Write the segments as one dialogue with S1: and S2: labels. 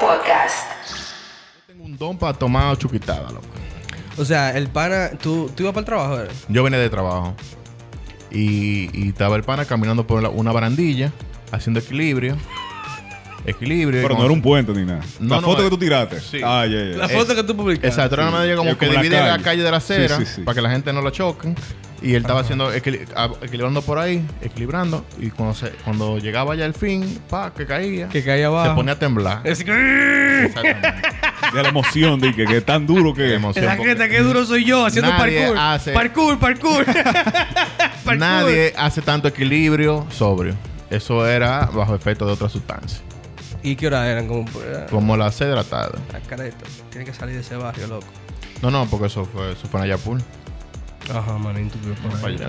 S1: Podcast.
S2: Tengo un don para tomar chuquitada, loco.
S3: O sea, el pana, tú, tú ibas para el trabajo, ¿verdad?
S2: Yo vine de trabajo y, y estaba el pana caminando por la- una barandilla, haciendo equilibrio. Equilibrio. y
S4: Pero no
S2: cuando-
S4: era un puente ni nada.
S2: No,
S4: la
S2: no,
S4: foto
S2: eh.
S4: que tú tiraste.
S2: Sí.
S4: Ah, ya, ya.
S3: La foto que tú publicaste.
S2: Exacto, era una medida como
S4: Es
S2: que
S4: como la
S2: divide la
S4: calle.
S2: calle de la acera
S4: Sí, sí, sí.
S2: para que la gente no la choquen. Y él estaba haciendo equili- a- equilibrando por ahí, equilibrando. Y cuando, se- cuando llegaba ya el fin, pa, que caía,
S3: Que caía abajo.
S2: se ponía a temblar.
S3: Es que...
S2: Exactamente.
S4: De la emoción, de que, que es tan duro
S2: Qué
S4: que.
S2: emoción,
S3: Esa
S2: porque
S3: creta, qué duro soy yo haciendo
S2: Nadie
S3: parkour.
S2: hace-
S3: parkour. Parkour, parkour.
S2: Nadie hace tanto equilibrio sobrio. Eso era bajo efecto de otra sustancia.
S3: ¿Y qué hora eran? Como, era-
S2: Como la sed tratada.
S3: Ah, careta. Tiene que salir de ese barrio, loco.
S2: No, no, porque eso fue, eso fue en Ayapul.
S3: Ajá, manín, tú
S2: para allá.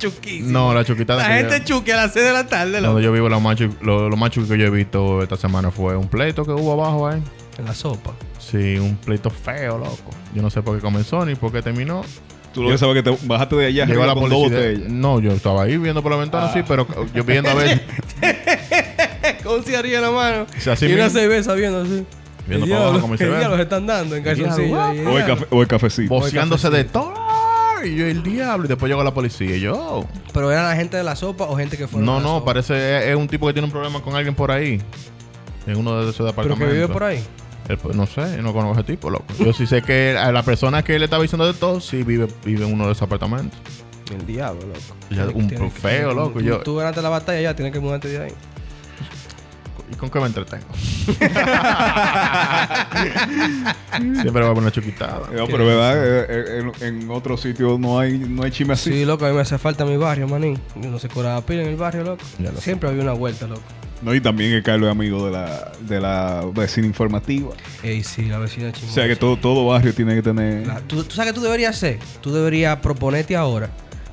S3: Chuquísimo.
S2: No, la chuquitada.
S3: La
S2: que
S3: gente
S2: yo-
S3: chuque a las 6 de la tarde, loco.
S2: Donde yo vivo, lo más, chu- lo, lo más chuki que yo he visto esta semana fue un pleito que hubo abajo ahí.
S3: En la sopa.
S2: Sí, un pleito feo, loco. Yo no sé por qué comenzó ni por qué terminó.
S4: Tú lo que sabes que te bajaste de allá
S2: Llegó la
S4: arriba con dos
S2: policía.
S4: botellas. Ah.
S2: No, yo estaba ahí viendo por la ventana, sí, pero yo viendo a ver.
S3: Con un cigarrillo en la mano.
S2: O sea, así
S3: y una
S2: mismo.
S3: cerveza viendo así.
S2: Viendo
S3: El
S2: para abajo
S3: diablo,
S2: como se
S3: el
S2: ve.
S3: diablo se están dando en calzoncillo. ahí,
S4: O el,
S3: diablo.
S4: café, o el cafecito.
S2: Boceándose de todo. Y yo, el diablo. Y después llegó la policía. Y yo.
S3: Pero eran la gente de la sopa o gente que fue
S2: No, no, parece es, es un tipo que tiene un problema con alguien por ahí. En uno de esos
S3: Pero
S2: departamentos.
S3: que vive por ahí.
S2: Él, pues, no sé, yo no conozco a ese tipo, loco. Yo sí sé que a la persona que le estaba diciendo de todo, sí vive, vive en uno de esos apartamentos.
S3: El diablo, loco.
S2: Ya, un
S3: Tienes que-
S2: feo, loco,
S3: tú-
S2: yo-
S3: Tú ganaste la batalla ya, tienes que mudarte de ahí.
S2: ¿Y con qué me entretengo? Siempre va a poner chuquitada.
S4: No, pero verdad, Eh, eh, en, en otro sitio no hay, no hay chisme así.
S3: Sí, loco, a mí me hace falta mi barrio, manín. No se curaba pila en el barrio, loco.
S2: Ya lo sé.
S3: Siempre había una vuelta, loco.
S4: No, y también que Carlos es amigo de la, de la vecina informativa.
S3: Ey, sí, la vecina
S4: O
S3: chingona.
S4: sea que todo, todo barrio tiene que tener.
S3: La- ¿tú, tú sabes qué tú deberías hacer? Tú deberías proponerte ahora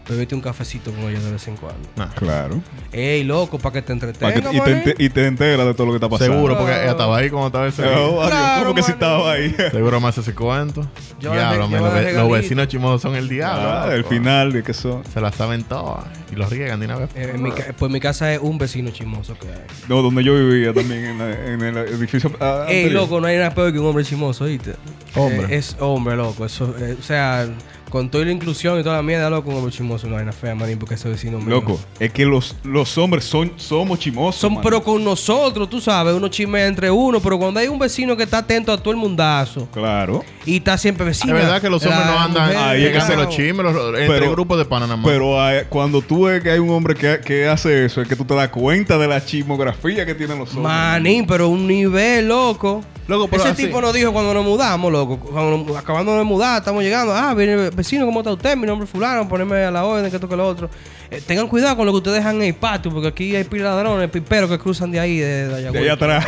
S3: beberte un cafecito con ellos de vez en cuando.
S4: Claro.
S3: Ey, loco, para que te entretenga,
S4: Pa' que- y, te,
S3: manín.
S4: ente- y te enteras de todo lo que está pasando.
S2: Seguro, porque ella estaba ahí cuando estaba ese.
S4: No, barrio,
S3: Claro,
S4: ¿Cómo que si
S3: mano.
S4: estaba ahí?
S2: Seguro más ese cuento.
S3: Yo
S2: Diablo,
S3: le- yo
S2: man,
S3: le
S2: los, ve-
S3: regalito.
S2: los vecinos chismosos son el diablo.
S4: Ah, el
S2: loco.
S4: final, de que son.
S2: Se la saben todas. Y los riegan de una vez.
S3: Eh, en mi ca- pues mi casa es un vecino chismoso que hay.
S4: No, donde yo vivía también, en, la- en el edificio. ah,
S3: Ey,
S4: anterior.
S3: loco, no hay nada peor que un hombre chismoso, ¿viste?
S2: Hombre.
S3: Eh, es hombre, loco. Eso, eh, o sea, con toda la inclusión y toda la mierda, loco, un hombre chismoso no hay nada fea, manín, porque ese vecino mío.
S4: Loco, es que los, los hombres son, somos chimosos.
S3: Son,
S4: mano.
S3: pero con nosotros, tú sabes, uno chismea entre uno, pero cuando hay un vecino que está atento a todo el mundazo
S4: Claro.
S3: y está siempre vecino.
S2: Es verdad que los hombres no andan
S4: Ahí es que
S2: llegando
S4: se-
S2: los chismes los- entre
S4: Pero-
S2: grupos de pana nada más.
S4: Pero hay- cuando tú ves que hay un hombre que, que hace eso, es que tú te das cuenta de la chismografía que tienen los hombres.
S3: Manín, pero un nivel, loco.
S2: Loco, pero
S3: Ese
S2: así-
S3: tipo nos dijo cuando nos mudamos, loco. Cuando nos- acabando de mudar, estamos llegando. Ah, viene, vecino, ¿cómo está usted? Mi nombre es fulano, ponerme a la orden, que toque lo otro. Eh, tengan cuidado con lo que ustedes dejan en el patio, porque aquí hay pila de ladrones, piperos que cruzan de ahí, de, de
S4: De
S3: Ayacucho.
S4: allá atrás.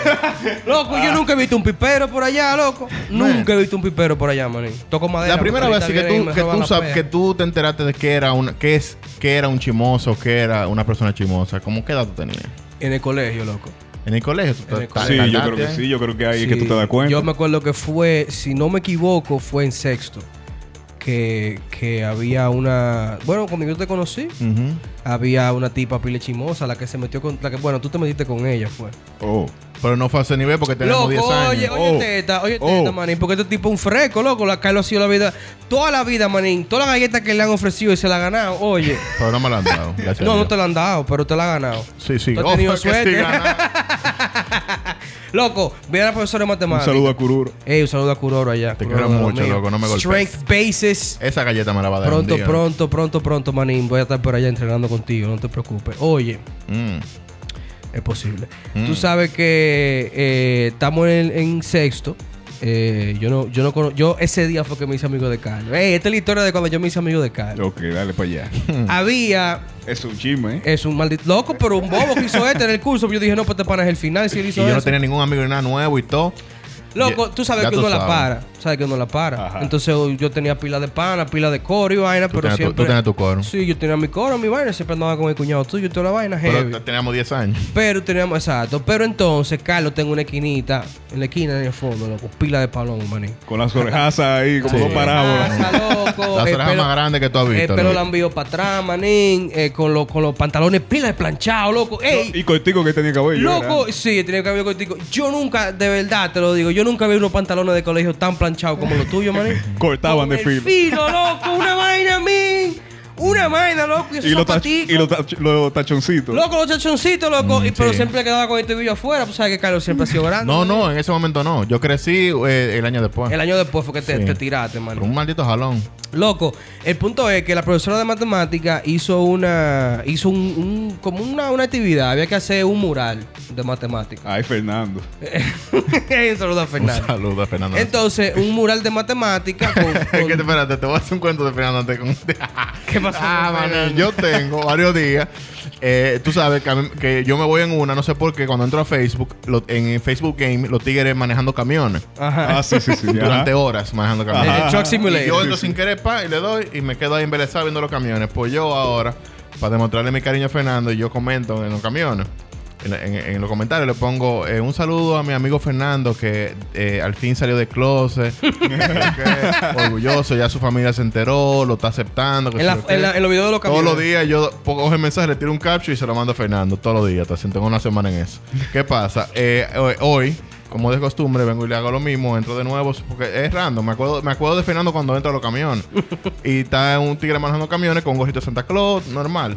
S3: Loco,
S2: Ah.
S3: yo nunca he visto un pipero por allá, loco. Nunca he visto un pipero por allá, manín. Toco madera.
S2: la primera
S3: porque
S2: vez que
S3: ahorita vienen y
S2: tú,
S3: me
S2: que,
S3: roban
S2: tú
S3: la
S2: sab-
S3: pea.
S2: que tú te enteraste de que era, una, que es, que era un chimoso, que era una persona chimosa, ¿cómo qué edad tú tenías?
S3: En el colegio, loco.
S2: ¿En el colegio? Tú
S3: En el
S2: te-
S3: colegio.
S4: sí,
S2: te
S4: yo creo que
S2: tardaste,
S4: sí, yo creo que ahí es que
S3: Sí,
S4: tú te das cuenta.
S3: Yo me acuerdo que fue, si no me equivoco, fue en sexto. Que, que había una. Bueno, cuando yo te conocí,
S2: Ujú.
S3: había una tipa pile chimosa, la que se metió con. La que, bueno, tú te metiste con ella, fue.
S4: Oh.
S2: Pero no fue a ese nivel porque tenemos 10
S3: loco,
S2: años.
S3: oye, oye,
S4: Oh.
S3: teta, oye,
S4: Oh.
S3: teta, manín. Porque este tipo es un fresco, loco. La Carlos ha sido la vida. Toda la vida, manín. Todas las galletas que le han ofrecido y se la ha ganado. Oye.
S2: Pero no me la han dado. gracias a
S3: No, no
S2: Dios.
S3: te la han dado, pero te la ha ganado.
S2: Sí, sí.
S3: Tú has
S2: Oh,
S3: tenido
S2: que sí,
S3: suerte.
S2: gana.
S3: Loco, viene la profesora de
S4: Un
S3: matemáticas.
S4: saludo a Cururo.
S3: Ey, un saludo a Curoro allá.
S2: Te
S3: Curoro,
S2: quiero
S3: amigo
S2: mucho,
S3: mío.
S2: loco, no me golpees.
S3: Strength Bases.
S2: Esa galleta me la va a dar.
S3: Pronto,
S2: un día.
S3: pronto, pronto, pronto, manín. Voy a estar por allá entrenando contigo, no te preocupes. Oye,
S2: Mm.
S3: es posible.
S2: Mm.
S3: Tú sabes que eh, estamos en, en sexto. Eh, yo no, yo no conozco. Yo ese día fue que me hice amigo de Carlos. Ey, esta es la historia de cuando yo me hice amigo de Carlos. Mm.
S4: Ok, dale para allá.
S3: Había,
S4: es un chisme, ¿eh?
S3: es un maldito loco, pero un bobo que hizo este en el curso. Yo dije, no, pues te panas el final si él
S2: Y
S3: hizo
S2: yo no
S3: eso.
S2: tenía ningún amigo ni nada nuevo y todo.
S3: Loco,
S2: Ya-
S3: tú sabes
S2: ya
S3: que
S2: tú
S3: uno la
S2: sabes.
S3: para. Sabes que uno la para.
S4: Ajá.
S3: Entonces yo tenía pila de pana, pila de coro y vaina,
S2: Tú
S3: pero
S2: tenías tu-
S3: siempre.
S2: tú tenías tu coro.
S3: Sí, yo tenía mi coro, mi vaina, siempre andaba con el cuñado tuyo y toda la vaina.
S2: Pero eh,
S3: heavy.
S2: t- teníamos 10 años.
S3: Pero teníamos, exacto. Pero entonces, Carlos, tengo una esquinita, en la esquina en el fondo, loco, pila de palomo, maní.
S4: Con las orejas ahí, como
S2: Sí.
S4: dos parábolas.
S3: Pasa, loco.
S2: Las
S3: el
S2: orejas
S3: pelo-
S2: más grandes que tú has visto.
S3: El pelo
S2: loco.
S3: lambío para atrás, manín. eh, con, los con los pantalones pila de planchado, loco. ¡Ey!
S4: Y cortico que tenía cabello.
S3: Loco,
S4: era.
S3: sí, tenía cabello cortico. Yo nunca, de verdad te lo digo, yo nunca vi unos pantalones de colegio tan planchados como los tuyos, maní.
S4: Cortaban de
S3: Con el
S4: filo.
S3: filo, loco, una vaina a mí. Una vaina, loco, y esos
S4: Y los tach-
S3: zapaticos.
S4: y los tach- los tachoncitos.
S3: Loco, los chachoncitos, loco. y, pero
S2: Mm, sí.
S3: siempre quedaba con el tobillo afuera. Pues sabes que Carlos siempre ha sido grande.
S2: No,
S3: manín.
S2: no, en ese momento no. Yo crecí eh, el año después.
S3: El año después fue que te,
S2: Sí.
S3: te tiraste,
S2: Por
S3: mano.
S2: un maldito jalón.
S3: Loco, el punto es que la profesora de matemática hizo una. hizo un, un- como una, una actividad. Había que hacer un mural de matemática.
S4: Ay, Fernando.
S3: un saludo a
S2: Un
S3: Fernando.
S2: saludo a Fernando.
S3: Entonces, un mural de matemática con.
S2: Es que te-
S3: con-
S2: espérate, te voy a hacer un cuento de Fernando antes con-
S3: ¿Qué pasó?
S2: Ah,
S3: con
S2: maní,
S3: Fernando?
S2: yo tengo varios días. eh, tú sabes que, a mí- que yo me voy en una, no sé por qué, cuando entro a Facebook, lo- en Facebook Game, los tigres manejando camiones.
S3: Ajá.
S4: Ah, sí, sí, sí. ajá.
S2: Durante horas manejando camiones.
S3: El Truck Simulator.
S2: Ah, Y yo entro sin querer pa, y le doy y me quedo ahí embelesado viendo los camiones. Pues yo ahora, para demostrarle mi cariño a Fernando, yo comento en los camiones. En, en- en los comentarios le pongo eh, un saludo a mi amigo Fernando que eh, al fin salió de closet. que, orgulloso, ya su familia se enteró, lo está aceptando. que
S3: En, la-
S2: sé yo qué.
S3: en la- en los videos de los
S2: Todos
S3: camiones.
S2: los días yo po- cojo el mensaje, le tiro un capture y se lo mando a Fernando. Todos los días, entonces tengo una semana en eso. ¿Qué pasa? Eh, hoy- hoy, como de costumbre, vengo y le hago lo mismo, entro de nuevo, porque es random. Me acuerdo, me acuerdo de Fernando cuando entra a los camiones. y está un tigre manejando camiones con un gorrito de Santa Claus, normal.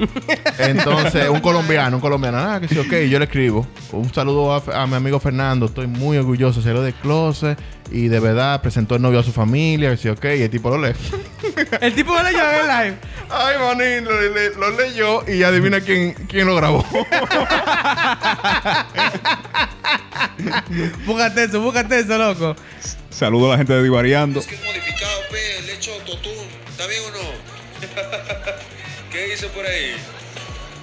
S2: Entonces, un colombiano, un colombiano, ah, que sí, ok, yo le escribo. Un saludo a, a mi amigo Fernando, estoy muy orgulloso, se lo de closet. Y de verdad presentó el novio a su familia, que sí, ok, y el tipo lo lee.
S3: El tipo de la llave en live.
S2: Ay, manín, lo, le- lo leyó y adivina quién, quién lo grabó.
S3: Búscate eso, búscate eso, loco.
S4: Saludo a la gente de Divariando.
S1: Es que es modificado, pe, le echo autotune, ¿está bien o no? ¿Qué dice por ahí?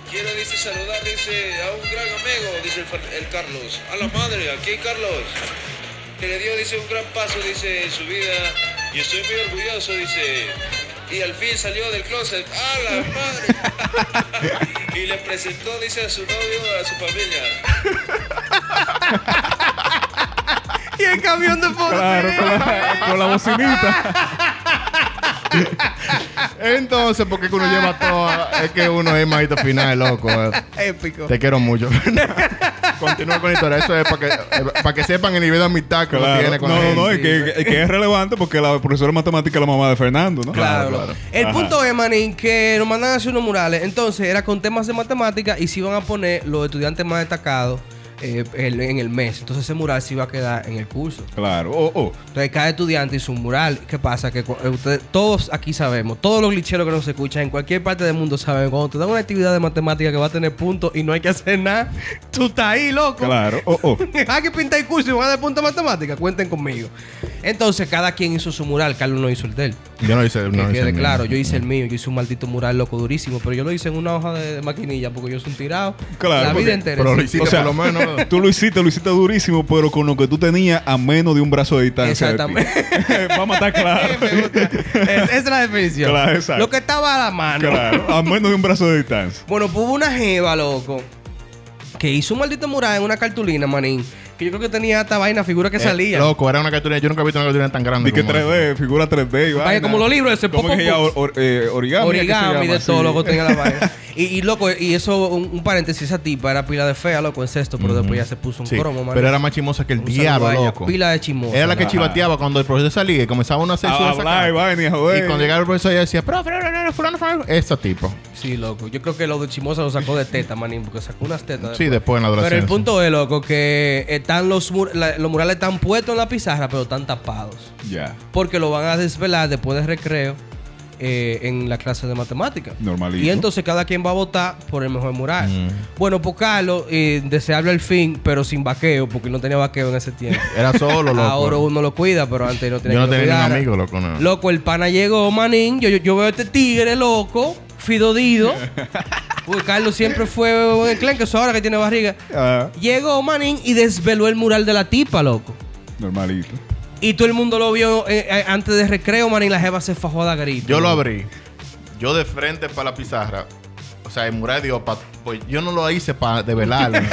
S1: Quiero, dice, saludar, dice, a un gran amigo, dice el, Fer- el Carlos. A la madre, aquí hay Carlos. Que le dio, dice, un gran paso, dice, en su vida. Y estoy muy orgulloso, dice. Y al fin salió del closet. ¡A la madre! y le presentó, dice, a su novio, a su familia.
S3: Y el camión de fondo.
S4: Claro, con la, con la bocinita.
S2: Entonces, ¿por qué que uno lleva todo? a- Es que uno es maíto final, loco. eh.
S3: Épico.
S2: Te quiero mucho. Continúa con la historia. Eso es para que, para que sepan el nivel de amistad que uno
S4: Claro.
S2: tiene
S4: No,
S2: con la
S4: no, no.
S2: gente.
S4: Es que, es que es relevante porque la profesora de matemática es la mamá de Fernando, ¿no?
S3: Claro,
S2: Claro,
S3: loco. El
S4: Ajá.
S3: punto es, manín, que nos mandan a hacer unos murales. Entonces, era con temas de matemática y se iban a poner los estudiantes más destacados eh, en en el mes. Entonces, ese mural se iba a quedar en el curso.
S4: Claro. Oh, oh.
S3: Entonces, cada estudiante hizo un mural. ¿Qué pasa? Que cu- eh, ustedes- todos aquí sabemos, todos los glitcheros que nos escuchan en cualquier parte del mundo saben, cuando te dan una actividad de matemática que va a tener puntos y no hay que hacer nada, tú estás ahí, loco.
S4: Claro. Oh, oh.
S3: Hay que pintar el curso y van a dar puntos de matemática. Cuenten conmigo. Entonces, cada quien hizo su mural. Carlos no hizo el de él.
S2: Yo no hice.
S3: Que
S2: No hice
S3: quede
S2: el mío.
S3: claro, yo hice el mío, yo hice un maldito mural loco durísimo, pero yo lo hice en una hoja de, de maquinilla porque yo soy un tirado.
S4: Claro,
S3: la
S4: porque-
S3: vida entera.
S2: Pero lo
S3: sí.
S2: hiciste
S4: O sea,
S2: por lo menos.
S4: Tú lo hiciste, lo hiciste durísimo, pero con lo que tú tenías a menos de un brazo de distancia. de ti. Vamos a
S3: Me
S4: estar claro.
S3: gusta. Es- esa es la definición.
S4: Claro, exacto.
S3: Lo que estaba a la mano.
S4: claro. A menos de un brazo de distancia.
S3: Bueno, pues hubo una jeva, loco, que hizo un maldito mural en una cartulina, manín, que yo creo que tenía esta vaina, figura que
S2: Eh,
S3: salía.
S2: Loco, era una captura. Yo nunca he visto una captura tan grande.
S4: Di que
S2: como
S4: 3D, figura 3D y vaina.
S3: como los libros ese,
S4: ¿Cómo
S3: pop,
S4: que se llama?
S3: pop,
S4: Or- or- eh, origami. ¿qué se
S3: Origami
S4: llama?
S3: de todo,
S4: Sí.
S3: loco, tenía la vaina. Y, y, loco, y eso, un, un paréntesis, esa tipa era pila de fea, loco, en sexto, pero después ya se puso un
S2: Sí,
S3: cromo, manín.
S2: pero era más chimosa que el
S3: Un
S2: diablo,
S3: saludo a ella,
S2: loco.
S3: Pila de chimosa.
S2: Era la que
S4: Ajá.
S2: chivateaba cuando el profesor salía y comenzaba uno a hacer su
S4: A
S2: sacada.
S4: hablar y vaina y joder.
S2: Y cuando llegaba el profesor, ella decía, profe, no, no, no, fulano, fulano. Ese tipo.
S3: Sí, loco. Yo creo que lo de Chimosa lo sacó de teta, manín, porque sacó unas tetas.
S2: Sí, después en la
S3: Pero
S2: adolescencia.
S3: el punto es, loco, que están los, mur- la- los murales están puestos en la pizarra, pero están tapados.
S4: Ya.
S3: Porque lo van a desvelar después del recreo eh, en la clase de matemáticas.
S4: Normalito.
S3: Y entonces cada quien va a votar por el mejor mural.
S2: Mm.
S3: Bueno, pues Carlos, eh, deseable al fin, pero sin vaqueo, porque no tenía vaqueo en ese tiempo.
S2: Era solo, loco.
S3: Ahora uno lo cuida, pero antes no tenía
S2: Yo no
S3: que
S2: tenía
S3: cuidar.
S2: ningún amigo, loco, no.
S3: Loco, el pana llegó, manín. Yo, yo, yo veo a este tigre loco, fidodido. Porque Carlos siempre fue un clan, que eso ahora que tiene barriga.
S4: Ah,
S3: Llegó, manín, y desveló el mural de la tipa, loco.
S4: Normalito.
S3: Y todo el mundo lo vio eh, eh, antes de recreo, man, y la jeva se fajó a dar grito.
S2: Yo lo abrí. Yo de frente para la pizarra. O sea, el mural digo, pa- pues yo no lo hice para develarme. ¿no?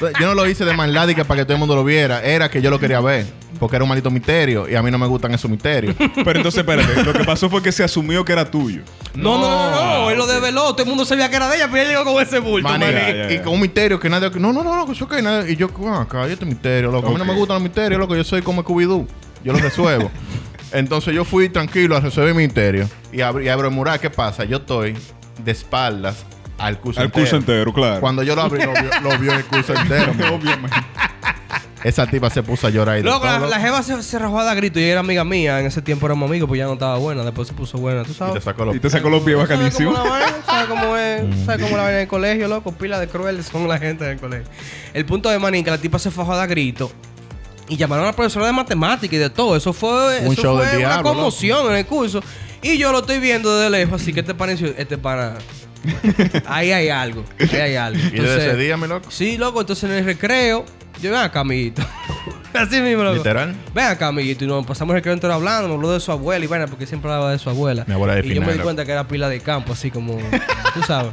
S2: Pues Yo no lo hice de maldad y que para que todo el mundo lo viera. Era que yo lo quería ver. Porque era un maldito misterio. Y a mí no me gustan esos misterios.
S4: Pero entonces, espérate, lo que pasó fue que se asumió que era tuyo.
S3: No, no, no, no, no, él lo develó. Todo el mundo sabía que era de ella, pero ella llegó con ese bulto,
S2: Maní,
S3: maní.
S4: ya,
S2: y-
S4: ya,
S2: y,
S4: ya.
S2: con un misterio que nadie. No, no, no, no, que eso que nadie. Y yo, ah, cállate, este misterio, loco. A mí no
S4: Ok.
S2: me gustan los misterios, loco. Yo soy como Scooby-Doo. Yo los resuelvo. Entonces yo fui tranquilo a resolver mi misterio. Y, abro- y abro el mural. ¿Qué pasa? Yo estoy de espaldas al curso
S4: Al curso entero, claro.
S2: Cuando yo lo abrí, lo vio, lo vio el curso entero. man.
S4: Obviamente.
S2: Esa tipa se puso a llorar. y de
S3: Loco, la,
S2: todo,
S3: la
S2: loco.
S3: jeva se, se rajó a dar grito y ella era amiga mía. En ese tiempo éramos amigos, pues ya no estaba buena. Después se puso buena, ¿tú
S2: Y te
S3: sabes?
S2: sacó los-
S4: Y te sacó los pies
S3: ¿Sabes
S4: bacanísimo.
S3: cómo la vaina? ¿Sabes cómo
S2: Mm.
S3: es? ¿Sabes cómo la ven en el colegio, loco? Pila de crueles son la gente del colegio. El punto de manín que la tipa se fajó a dar grito. Y llamaron a la profesora de matemáticas y de todo. Eso fue,
S2: Un
S3: eso
S2: show
S3: fue
S2: del
S3: una
S2: diablo,
S3: conmoción en el curso. Y yo lo estoy viendo de lejos, así que te parece, este pana. Ahí hay algo, ahí hay algo.
S2: Y desde ese día, mi loco.
S3: Sí, loco, entonces en el recreo, yo ven acá, amiguito. Así mismo, loco.
S2: Literal.
S3: Ven acá, amiguito, y nos pasamos el recreo entero hablando, me habló de su abuela y vaina, porque siempre hablaba de su abuela.
S2: Mi abuela de
S3: y yo me di
S2: final,
S3: cuenta que era pila de campo, así como, tú sabes.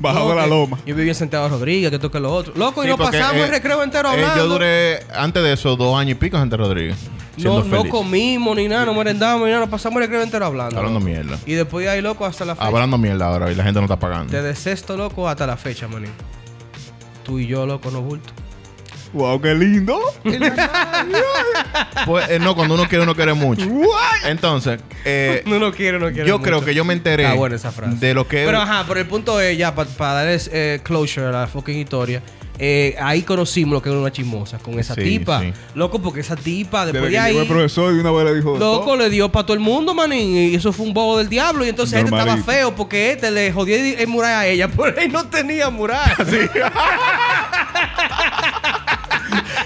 S4: Bajado de la
S3: Loco,
S4: loma.
S3: Yo vivía en Santiago Rodríguez, que toque lo otro. Loco, y
S2: Sí,
S3: nos
S2: porque,
S3: pasamos
S2: eh,
S3: el recreo entero
S2: eh,
S3: hablando.
S2: yo duré, antes de eso, dos años y pico en Santa Rodríguez.
S3: no,
S2: siendo
S3: no
S2: feliz.
S3: comimos ni nada, no merendamos ni nada, nos pasamos el recreo entero hablando.
S2: Hablando
S3: loco.
S2: mierda. Ah,
S3: Y después de ahí, loco, hasta la fecha.
S2: Hablando mierda ahora y la gente no está pagando.
S3: Desde sexto, loco, hasta la fecha, manín. Tú y yo, loco, no bulto.
S4: ¡Wow, qué lindo!
S2: Pues eh, no, cuando uno quiere, uno quiere mucho. Entonces, eh,
S3: No lo quiero, no quiero.
S2: yo
S3: mucho.
S2: creo que yo me enteré
S3: Está buena esa frase.
S2: de lo que.
S3: Pero ajá, pero el punto es, ya, para darles eh, closure a la fucking historia. eh, ahí conocimos lo que era una chismosa con esa
S2: Sí,
S3: tipa.
S2: sí.
S3: Loco, porque esa tipa,
S4: Desde
S3: después de
S4: que llegó el
S3: ahí,
S4: profesor y una vez le dijo. de
S3: loco
S4: todo.
S3: le dio para todo el mundo, manín. Y eso fue un bobo del diablo. Y entonces este
S4: Normalito.
S3: estaba feo porque este le jodía el mural a ella. Por ahí no tenía mural.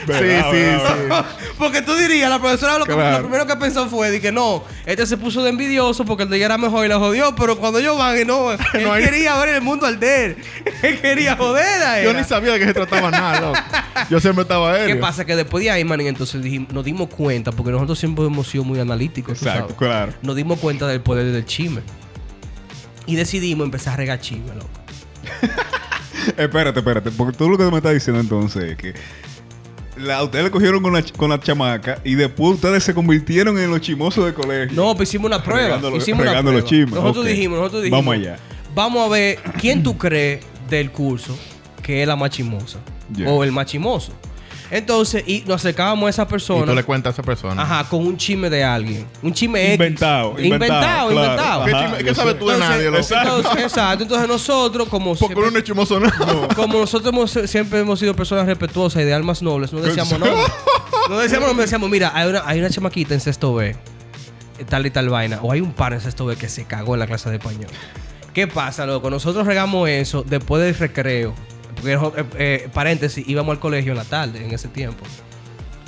S2: Sí,
S4: Verdad,
S2: sí,
S4: verdad,
S2: sí.
S4: verdad.
S3: porque tú dirías, la profesora lo, que-
S4: Claro.
S3: lo primero que pensó fue de que no, este se puso de envidioso porque el de ella era mejor y la jodió. Pero cuando yo van, y no, él
S2: hay-
S3: quería ver el mundo al de él. Él quería joder a él.
S2: Yo ni sabía de qué se trataba nada, loco. Yo siempre estaba
S3: ¿Qué
S2: él.
S3: pasa? Que después de ahí, man, entonces dijimos- nos dimos cuenta, porque nosotros siempre hemos sido muy analíticos. tú
S4: Exacto,
S3: sabes.
S4: claro.
S3: Nos dimos cuenta del poder del chisme. Y decidimos empezar a regar chisme, loco.
S4: Espérate, espérate, porque tú lo que me estás diciendo entonces es que la, ustedes le cogieron con la, ch- con la chamaca y después ustedes se convirtieron en los chimosos de colegio.
S3: No, pues hicimos una prueba.
S4: Regando los-
S3: hicimos una
S4: regando
S3: prueba.
S4: los chismes,
S3: Nosotros
S4: ok.
S3: dijimos, nosotros dijimos.
S4: Vamos allá.
S3: Vamos a ver quién tú crees del curso que es la más chismosa.
S4: Ya.
S3: O el más chismoso. Entonces, y nos acercábamos a esa
S2: Y tú
S3: persona.
S2: le cuentas a esa persona.
S3: Ajá, con un chisme de alguien. Un chisme X.
S4: Inventado,
S3: Inventado,
S4: inventado, claro.
S3: inventado.
S2: ¿Qué,
S4: Ajá,
S2: chisme- qué
S4: yo
S2: sabes
S4: sé.
S2: tú de nadie, loco?
S3: Entonces, entonces, exacto. Entonces nosotros, como
S2: Porque
S3: siempre-
S2: uno es chismoso, ¿no?
S3: como nosotros hemos- siempre hemos sido personas respetuosas y de almas nobles, no decíamos no. No decíamos no, decíamos, mira, hay una, hay una chamaquita en sexto B, eh, tal y tal vaina, o hay un par en sexto B que se cagó en la clase de español. ¿Qué pasa, loco? Nosotros regamos eso después del recreo. Porque, eh, eh, paréntesis, íbamos al colegio en la tarde, en ese tiempo.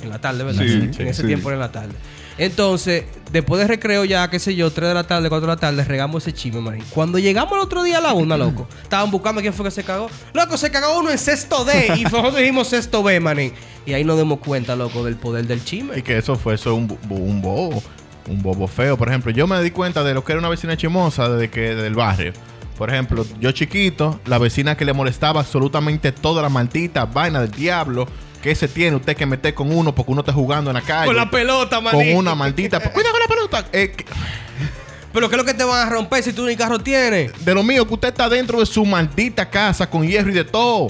S3: En la tarde, ¿verdad?
S4: Sí,
S3: en ese
S4: sí.
S3: tiempo era en la tarde. Entonces, después de recreo ya, qué sé yo, 3 de la tarde, 4 de la tarde, regamos ese chisme, marín. Cuando llegamos el otro día a la una, loco, estaban buscando quién fue que se cagó. Loco, se cagó uno en sexto D y nosotros dijimos sexto B, manín. Y ahí nos dimos cuenta, loco, del poder del
S2: Y
S3: chisme.
S2: que eso fue eso un, bo- un bobo. Un bobo feo. Por ejemplo, yo me di cuenta de lo que era una vecina chismosa desde que del barrio. Por ejemplo, yo chiquito, la vecina que le molestaba absolutamente toda la maldita vaina del diablo que se tiene usted que meter con uno porque uno está jugando en la calle.
S3: Con la pelota, manín.
S2: Con una maldita. Cuidado con la pelota. Eh, que-
S3: Pero ¿qué es lo que te van a romper si tú ni carro tienes?
S2: de lo mío, que usted está dentro de su maldita casa con hierro y de todo.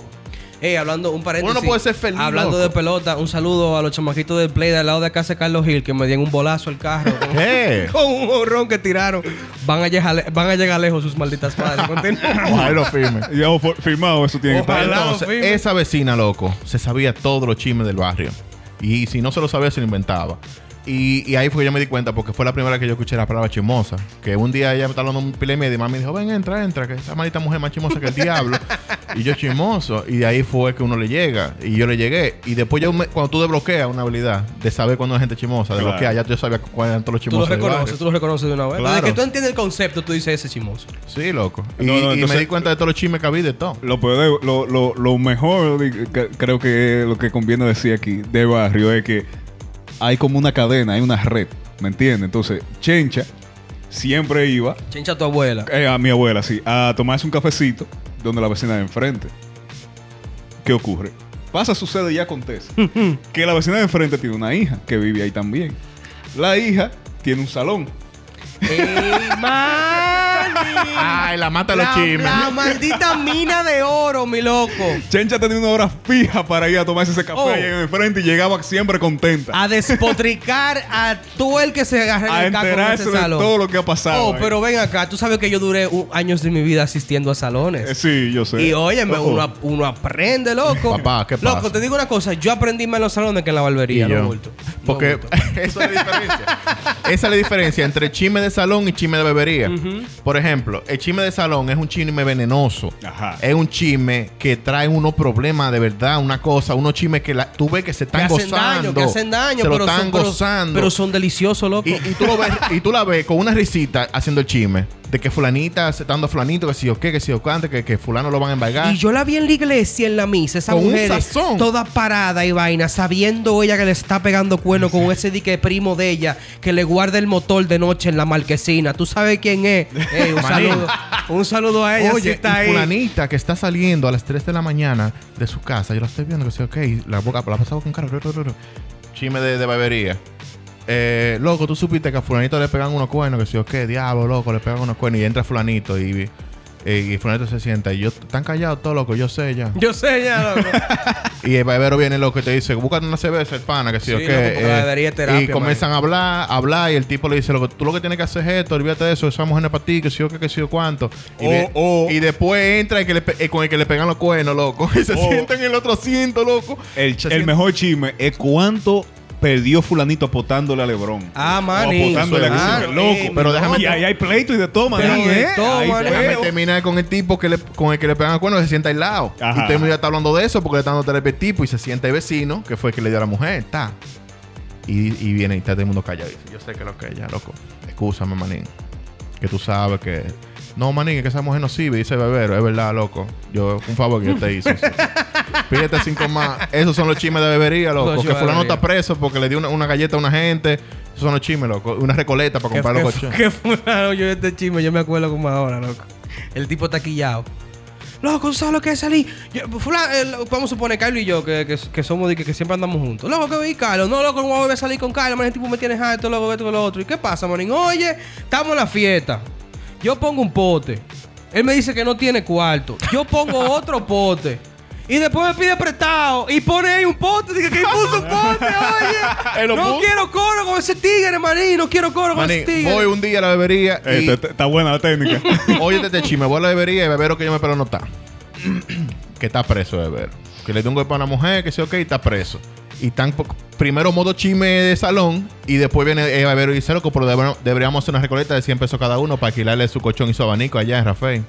S3: Ey, Eh, hablando un paréntesis.
S2: Uno no puede ser feliz,
S3: Hablando
S2: loco.
S3: de pelota, un saludo a los chamaquitos del Play de al lado de casa de Carlos Gil que me dieron un bolazo al carro. con-
S2: ¿Qué?
S3: Con un horrón que tiraron. Van a llegar, van a llegar lejos sus malditas madres. Continúa.
S2: Ojalá lo firme.
S4: Ya hemos for- firmado, eso tiene que
S3: Ojalá.
S4: estar.
S2: Entonces,
S3: firme.
S2: esa vecina, loco, se sabía todos los chismes del barrio. Y si no se lo sabía, se lo inventaba. Y, y ahí fue que yo me di cuenta, porque fue la primera vez que yo escuché la palabra chismosa. Que un día ella me estaba hablando un pile y medio y mami dijo, ven, entra, entra, que esa maldita mujer es más chismosa que el diablo. y yo chismoso. Y de ahí fue que uno le llega. Y yo le llegué. Y después yo, me- cuando tú desbloqueas una habilidad de saber cuándo es gente chismosa,
S4: Claro.
S2: desbloqueas, ya yo sabía cuáles eran todos los
S3: Tú lo
S2: chismosos. del
S3: reconoces,
S2: barrio.
S3: tú lo reconoces de una vez.
S2: Claro.
S3: Desde que tú entiendes el concepto, tú dices ese chismoso.
S2: Sí, loco. Y,
S4: No, no,
S2: y
S4: entonces-
S2: me di cuenta de todos los chismes que había y de todo.
S4: Lo, peor de- lo, lo, lo mejor, di- que- creo que es lo que conviene decir aquí de barrio es que hay como una cadena, hay una red, ¿me entiendes? Entonces, Chencha siempre iba
S3: Chincha a tu abuela.
S4: eh, a mi abuela, sí, a tomarse un cafecito donde la vecina de enfrente. ¿Qué ocurre? Pasa, sucede y acontece que la vecina de enfrente tiene una hija que vive ahí también. La hija tiene un salón.
S3: ¡Ey, mami!
S2: Ay, la mata los
S3: La-
S2: chismes.
S3: La maldita mina de oro, mi loco.
S4: Chencha tenía una hora fija para ir a tomarse ese café
S3: Oh.
S4: ahí en enfrente y llegaba siempre contenta.
S3: A despotricar a todo el que se agarra
S4: a
S3: en el caco en
S4: enterarse
S3: ese
S4: de
S3: salón.
S4: todo lo que ha pasado.
S3: Oh,
S4: ahí.
S3: pero ven acá. Tú sabes que yo duré uh, años de mi vida asistiendo a salones.
S4: Eh, sí, yo sé.
S3: Y óyeme,
S4: Oh, oh.
S3: uno, ap- uno aprende, loco.
S2: Papá, ¿qué pasa?
S3: Loco, te digo una cosa. Yo aprendí más en los salones que en la barbería,
S2: Y
S3: no
S2: yo.
S3: bulto. No
S2: Porque
S3: bulto.
S2: esa es la diferencia. Esa es la diferencia entre chisme de salón y chisme de bebería. Por ejemplo, el chisme de salón es un chisme venenoso.
S4: Ajá.
S2: Es un chisme que trae unos problemas de verdad, una cosa, unos chismes que la- tú ves que se
S3: Que
S2: están
S3: hacen
S2: gozando.
S3: daño, que hacen daño.
S2: se
S3: pero
S2: lo están
S3: son, pero-
S2: gozando.
S3: Pero son deliciosos, loco.
S2: y, y tú lo ves, y tú la ves con una risita haciendo el chisme. De que fulanita se está dando a fulanito, que si yo qué, que si yo cuánto, que, que fulano lo van a embargar.
S3: Y yo la vi en la iglesia, en la misa, esa
S2: Con un
S3: mujer
S2: sazón.
S3: toda parada y vaina, sabiendo ella que le está pegando cuerno con ese dique primo de ella que le guarda el motor de noche en la marquesina. ¿Tú sabes quién es? Ey, un,
S2: Manín.
S3: saludo, un saludo a ella
S2: Oye,
S3: si está
S2: y
S3: ahí.
S2: fulanita que está saliendo a las 3 de la mañana de su casa, yo la estoy viendo, que sí, ok, la boca la ha pasado con cara. ru, ru, ru, ru. Chisme de, de barbería. Eh, loco, tú supiste que a fulanito le pegan unos cuernos, que sí, ok, diablo, loco, le pegan unos cuernos y entra fulanito y, eh, y fulanito se sienta y yo, están callados todos, loco, yo sé ya.
S3: Yo sé ya, loco.
S2: Y el barbero viene loco y te dice, búscate una cerveza, el pana, que sí,
S3: Sí,
S2: o qué. Eh,
S3: loco, porque la barbería es terapia,
S2: y comienzan a hablar, a hablar, y el tipo le dice, loco, tú lo que tienes que hacer es esto, olvídate de eso, esa mujer no es para ti, que sí, o qué, que sí, o cuánto. Y,
S3: Oh,
S4: O-
S2: ve-
S4: o-
S2: y después entra el que le pe- eh, con el que le pegan los cuernos, loco. Y se
S3: Oh.
S4: O-
S2: sienta en el otro asiento, loco.
S4: El,
S2: Se
S4: el
S2: sienta-
S4: mejor chisme es cuánto perdió fulanito apotándole a Lebrón.
S3: Ah,
S4: o
S3: mani.
S4: apotándole
S2: eso es
S4: a
S2: verdad.
S4: que sí, loco.
S3: Ey,
S2: Pero
S3: mi
S2: déjame-
S4: y ahí hay pleito y de toma.
S3: Pero
S4: ¿no?
S3: de
S4: ¿Eh?
S3: todo,
S4: Ahí
S3: mano.
S4: feo.
S2: Déjame terminar con el tipo que le, con el que le pegan los cuernos, se sienta aislado.
S4: Ajá.
S2: Y todo el mundo ya está hablando de eso porque le está dando terapia al tipo y se sienta el vecino, que fue el que le dio a la mujer, está. Y, y viene y está todo el mundo callado. Y dice, yo sé que lo que es ya, loco. Excúsame, manín. Que tú sabes que. No, manín, es que esa mujer no sirve, dice Bebero. Es verdad, loco. Yo, un favor que yo te hice. sí. Pídete cinco más. Esos son los chismes de bebería,
S3: Los
S2: loco. Que
S3: chismes de
S2: fulano
S3: bebería.
S2: está preso porque le dio una, una galleta a una gente. Esos son los chismes, loco. Una recoleta para
S3: Que,
S2: comprar los
S3: que,
S2: coches.
S3: que fulano, yo este chisme, yo me acuerdo como ahora, loco. El tipo taquillado. Loco, ¿tú sabes lo que es salir? Yo, fulano, eh, lo- vamos a suponer, Carlos y yo, que, que, que somos de que, que siempre andamos juntos. Loco, que vi, Carlos. No, loco, no voy a volver a salir con Carlos. Man, el tipo me tiene harto, loco, esto, que lo otro. ¿Y qué pasa, manín? Oye, estamos en la fiesta. Yo pongo un pote. Él me dice que no tiene cuarto. Yo pongo otro pote. Y después me pide prestado. Y pone ahí un pote. Dice que él puso un pote, oye.
S2: Él lo
S3: no
S2: puso.
S3: quiero coro con ese tigre, manín. No quiero coro con
S2: Manín,
S3: ese tigre.
S2: voy un día a la bebería.
S4: Eh,
S2: y-
S4: está- está- Está buena la técnica.
S2: Oye, este chisme, voy a la bebería y bebero que yo me espero no está. que está preso, bebero. Que le dio un golpe a una mujer, que sé, ok, está preso. Y tan po- primero modo chisme de salón y después viene el bebero y dice, loco, pero debra- deberíamos hacer una recoleta de 100 pesos cada uno para alquilarle su colchón y su abanico allá en Rafael.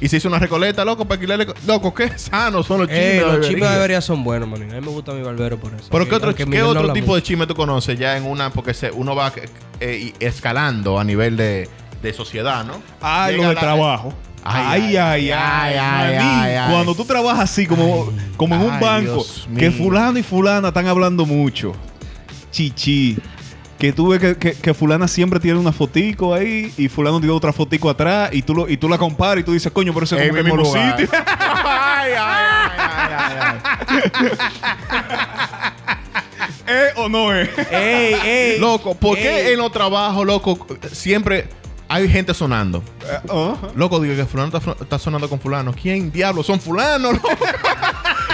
S2: Y se hizo una recoleta, loco, para alquilarle... co- Loco, qué sanos son los chismes.
S3: Eh,
S2: de
S3: los
S2: bebería.
S3: chismes de barbería son buenos, manín. A mí me gusta mi barbero por eso.
S2: Pero ¿qué otro,
S3: Aunque
S2: ¿qué
S3: Miguel no
S2: otro
S3: habla
S2: tipo de
S3: mucho.
S2: chisme tú conoces ya en una? Porque se- uno va eh, y- escalando a nivel de, de sociedad, ¿no?
S4: Ay,
S2: Llega
S4: lo de
S2: la-
S4: trabajo.
S2: Ay,
S4: Ay, ay, ay,
S2: ay, ay,
S4: manín.
S2: ay, ay.
S4: Cuando tú trabajas así, como, como en un
S2: ay,
S4: banco,
S2: Dios
S4: que
S2: mío.
S4: fulano y fulana están hablando mucho. Chichi. Que tú ves que, que- que fulana siempre tiene una fotico ahí y fulano tiene otra fotico atrás y tú, lo, y tú la comparas y tú dices, coño, pero ese es como que el mismo sitio.
S2: ay, ay, ay, ay,
S4: ¿Eh o no es?
S3: Ey, ey.
S2: ay. Loco, ¿por
S3: Ey.
S2: qué en los trabajos, loco, siempre hay gente sonando?
S4: ¿Ah?
S2: Loco, digo que fulano está, está sonando con fulano. ¿Quién diablo son fulano, loco?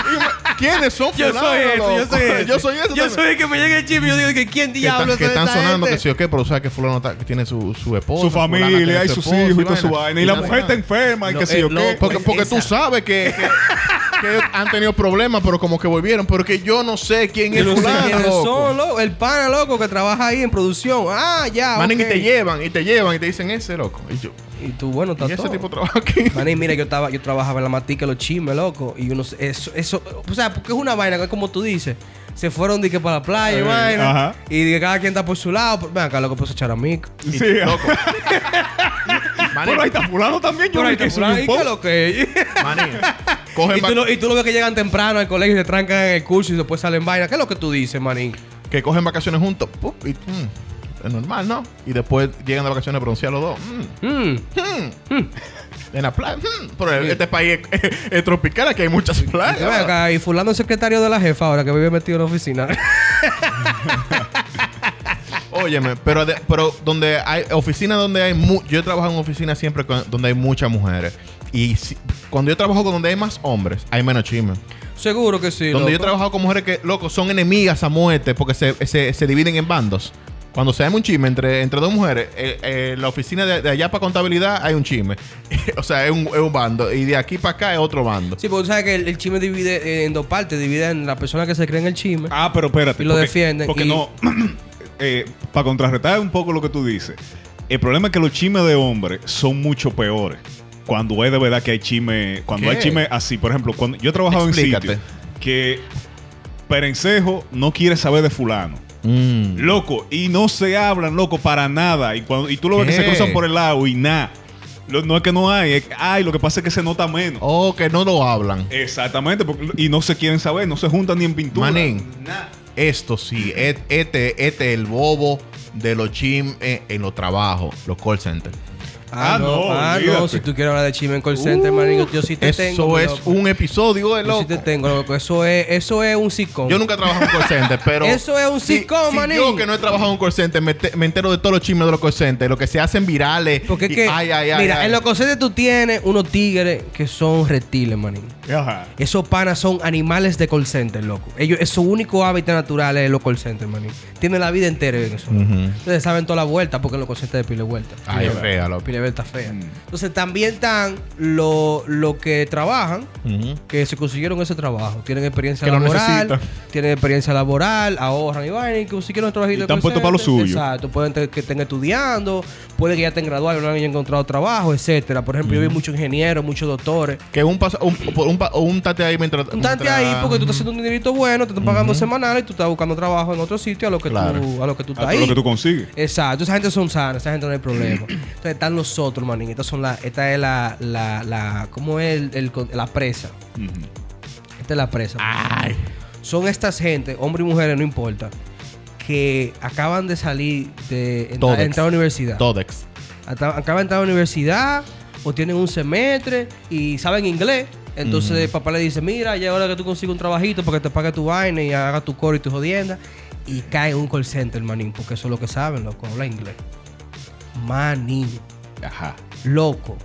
S2: Y me- ¿Quiénes son
S3: Yo
S2: fulano,
S3: soy eso, yo
S2: loco?
S3: soy eso.
S2: yo soy eso
S3: Yo
S2: también.
S3: soy el que me llega el chisme y yo digo que quién
S2: que, están-
S3: diablo
S2: que están
S3: esta
S2: sonando que
S3: gente?
S2: sí o qué, pero sabes que fulano está- que tiene su, su esposa.
S4: Su
S2: fulana
S4: familia,
S2: tiene
S4: y
S2: su
S4: sus
S2: esposo
S4: hijos y toda su vaina. Y la mujer
S2: nada.
S4: está enferma y
S3: No,
S4: qué sé
S3: eh,
S4: yo
S3: no,
S4: qué.
S2: Porque,
S3: Pues
S2: porque tú
S3: esa.
S2: sabes que, que- que ellos han tenido problemas, pero como que volvieron. Porque yo no sé quién es
S3: Yo no sé
S2: fulano,
S3: quiénes son,
S2: loco.
S3: loco. El pana, loco, que trabaja ahí en producción. Ah, ya.
S2: Manín,
S3: ok.
S2: y te llevan, y te llevan, y te dicen ese, loco. Y yo,
S3: Y tú, bueno, está
S2: y ese
S3: todo.
S2: tipo trabaja aquí.
S3: Manín, mira, yo estaba, yo trabajaba en la matica, los chismes, loco. Y uno, se- eso, eso, o sea, porque es una vaina, que es como tú dices. Se fueron de que para la playa, y vaina.
S4: ajá.
S3: Y de que cada quien está por su lado. Pero, Ven acá, loco, pues echar a mí.
S4: Sí, ah.
S2: Loco. Manín,
S4: Pero ahí está fulano también. Yo
S3: Pero ahí
S4: vi
S3: te
S4: que subió
S3: fueron,
S4: un
S3: ¿y
S4: post.
S3: qué lo que?
S2: manín. Cogen
S3: Y tú,
S2: vac-
S3: lo, y tú lo ves que llegan temprano al colegio y se trancan en el curso y después salen vaina. ¿Qué es lo que tú dices, manín?
S2: que cogen vacaciones juntos. pup, y, mm, es normal, ¿no? Y después llegan de vacaciones bronceados los dos. mm,
S3: Mm.
S2: mm, mm, En la playa. mm, pero este país es, es- es tropical, aquí hay muchas playas.
S3: Ven acá, y fulano es secretario de la jefa ahora que vive metido en la oficina.
S2: Óyeme, pero, de- pero donde hay oficinas donde hay mu- yo he trabajado en oficinas siempre con- donde hay muchas mujeres y si- cuando yo trabajo con donde hay más hombres hay menos chisme.
S3: Seguro que sí.
S2: donde yo he
S3: loco.
S2: trabajado con mujeres que loco son enemigas a muerte porque se, se, se dividen en bandos. Cuando se arma un chisme entre, entre dos mujeres, eh, eh, la oficina de, de allá para contabilidad hay un chisme. o sea, es un, es un bando. Y de aquí para acá es otro bando.
S3: Sí, porque tú sabes que el, el chisme divide eh, en dos partes. Divide en la persona que se cree en el chisme.
S4: Ah, pero espérate.
S3: Y lo defienden,
S4: Porque
S3: y-
S4: no. para contrarrestar un poco lo que tú dices, el problema es que los chimes de hombre son mucho peores. Cuando es de verdad que hay chisme. Cuando
S2: ¿Qué?
S4: hay chisme así, por ejemplo, cuando yo he trabajado
S2: Explícate.
S4: en sitios que Perencejo no quiere saber de fulano.
S2: Mm.
S4: Loco, y no se hablan, loco, para nada. Y, cuando, y tú lo ves que
S2: ¿Qué?
S4: se cruzan por el lado y nada. No es que no hay, es que, ay, lo que pasa es que se nota menos.
S2: Oh, que no lo hablan.
S4: Exactamente, porque- y no se quieren saber, no se juntan ni en pintura.
S2: Manín.
S4: Nada.
S2: Esto sí, et- este este es el bobo de los chim eh, en los trabajos, los call centers.
S4: Ah, no,
S3: Ah, no.
S4: olvídate.
S3: Si tú quieres hablar de chisme en call center, manín, yo, yo sí te
S2: Eso
S3: tengo.
S2: es
S3: loco.
S2: un episodio de
S3: Yo sí
S2: loco.
S3: te tengo, loco. Eso es, eso es un sitcom.
S2: Yo nunca he trabajado en un call center, pero.
S3: Eso es un
S2: si-
S3: sitcom,
S2: si
S3: manín.
S2: Yo que no he trabajado en un call center, me, te- me entero de todos los chismes de los call centers, lo que se hacen virales.
S3: Porque es
S2: y-
S3: que.
S2: ay, ay, ay,
S3: mira,
S2: ay.
S3: en los consejos tú tienes unos tigres que son reptiles, manín.
S4: Ajá.
S3: Esos panas son animales de call center, loco. Ellos, es su único hábitat natural es los call centers, manín. Tienen la vida entera en eso. Ustedes saben toda la vuelta porque los call centers de pile vuelta.
S2: Ay, es
S3: Pile
S2: fea, loco.
S3: pile vuelta fea.
S4: Mm.
S3: Entonces también están los lo que trabajan,
S2: Ujú.
S3: que se consiguieron ese trabajo. Tienen experiencia
S2: Que lo
S3: laboral.
S2: necesitan.
S3: Tienen experiencia laboral, ahorran y vaina, y consiguieron trabajito.
S4: Y
S3: de
S4: están
S3: call
S4: puestos para lo
S3: center.
S4: suyo.
S3: Exacto. Pueden te- que estén estudiando, puede que ya estén graduados, no hayan encontrado trabajo, etcétera. Por ejemplo, yo vi muchos ingenieros, muchos doctores.
S2: Que un, paso- un, por un, pa- un tate ahí mientras.
S3: Un tante
S2: mientras-
S3: ahí porque tú estás haciendo un dinerito bueno, te están pagando semanal y tú estás buscando trabajo en otro sitio a lo que tú,
S2: Claro.
S3: a lo que tú estás
S4: Ah,
S3: ahí.
S4: pero lo que tú consigues.
S3: Exacto, esa gente son sanas, esa gente no hay problema. Entonces están los otros, manín. Estas son la, esta es la, la, la, ¿cómo es el- el con- la presa?
S4: Ujú.
S3: Esta es la presa.
S2: Ay.
S3: Son estas gente, hombres y mujeres, no importa, que acaban de salir de entra-
S2: Todex.
S3: entrar a la universidad.
S2: Todex.
S3: Ata- acaban de entrar a la universidad o tienen un semestre y saben inglés. Entonces el papá le dice, mira, ya es hora que tú consigas un trabajito para que te pague tu vaina y haga tu coro y tu jodienda. Y cae en un call center, manín, porque eso es lo que saben, loco, habla inglés. Manín,
S4: Ajá.
S3: loco.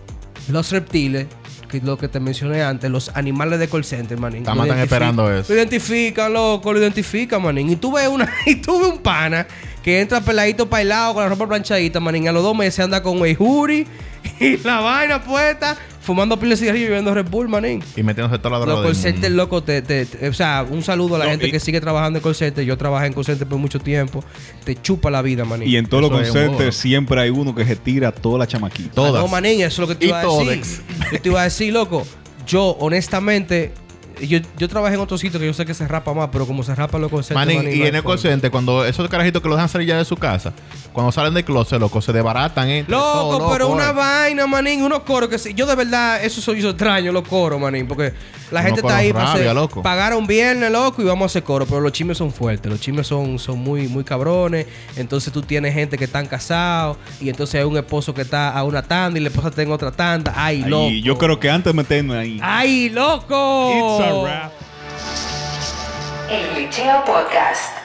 S3: Los reptiles, que es lo que te mencioné antes, los animales de call center, manín.
S2: Está
S3: lo
S2: matan
S3: identifi-
S2: esperando eso.
S3: Lo identifican, loco, lo identifican, manín. Y tú ves una, y tú ves un pana que entra peladito pailado con la ropa planchadita, manín. A los dos meses anda con el jury y la vaina puesta, fumando pila de cigarrillo y bebiendo Red Bull, manín.
S2: Y metiéndose toda la droga.
S3: Los
S2: del
S3: call centers,
S2: mundo.
S3: loco, te, te- te- o sea, un saludo a la
S4: No,
S3: gente
S4: y-
S3: que sigue trabajando en call center. Yo trabajé en call center por mucho tiempo. Te chupa la vida, manín.
S4: Y en todos los
S2: Eso es un bobo.
S4: conceptos siempre hay uno que se tira toda la chamaquita.
S2: Todo.
S3: Ah,
S2: Todas.
S3: No, manín, eso es lo que te
S2: Y
S3: iba a decir.
S2: todex.
S3: Yo te iba a decir, loco, yo honestamente, yo, yo trabajé en otro sitio que yo sé que se rapa más, pero como se rapa los conceptos.
S2: Manín,
S3: manín,
S2: y
S3: no hay
S2: en el
S3: forma.
S2: call center, cuando esos carajitos que los dejan salir ya de su casa, cuando salen del closet, loco, se desbaratan, ¿eh?
S3: Loco,
S2: Todo,
S3: pero una
S2: eh.
S3: vaina, manín, unos coros que sí. Yo de verdad, eso soy yo extraño, los coros, manín, porque la
S2: Unos
S3: gente está
S2: coros
S3: ahí para
S2: rabia,
S3: hacer-
S2: loco.
S3: pagar un viernes, loco, y vamos a hacer coro, pero los chimes son fuertes, los chimes son, son muy, muy cabrones, entonces tú tienes gente que están casados, y entonces hay un esposo que está a una tanda y la esposa está en otra tanda. Ay,
S4: Ahí,
S3: loco.
S4: yo creo que antes de meternos ahí.
S3: ¡Ay, loco!
S4: It's a wrap.
S5: El Liceo Podcast.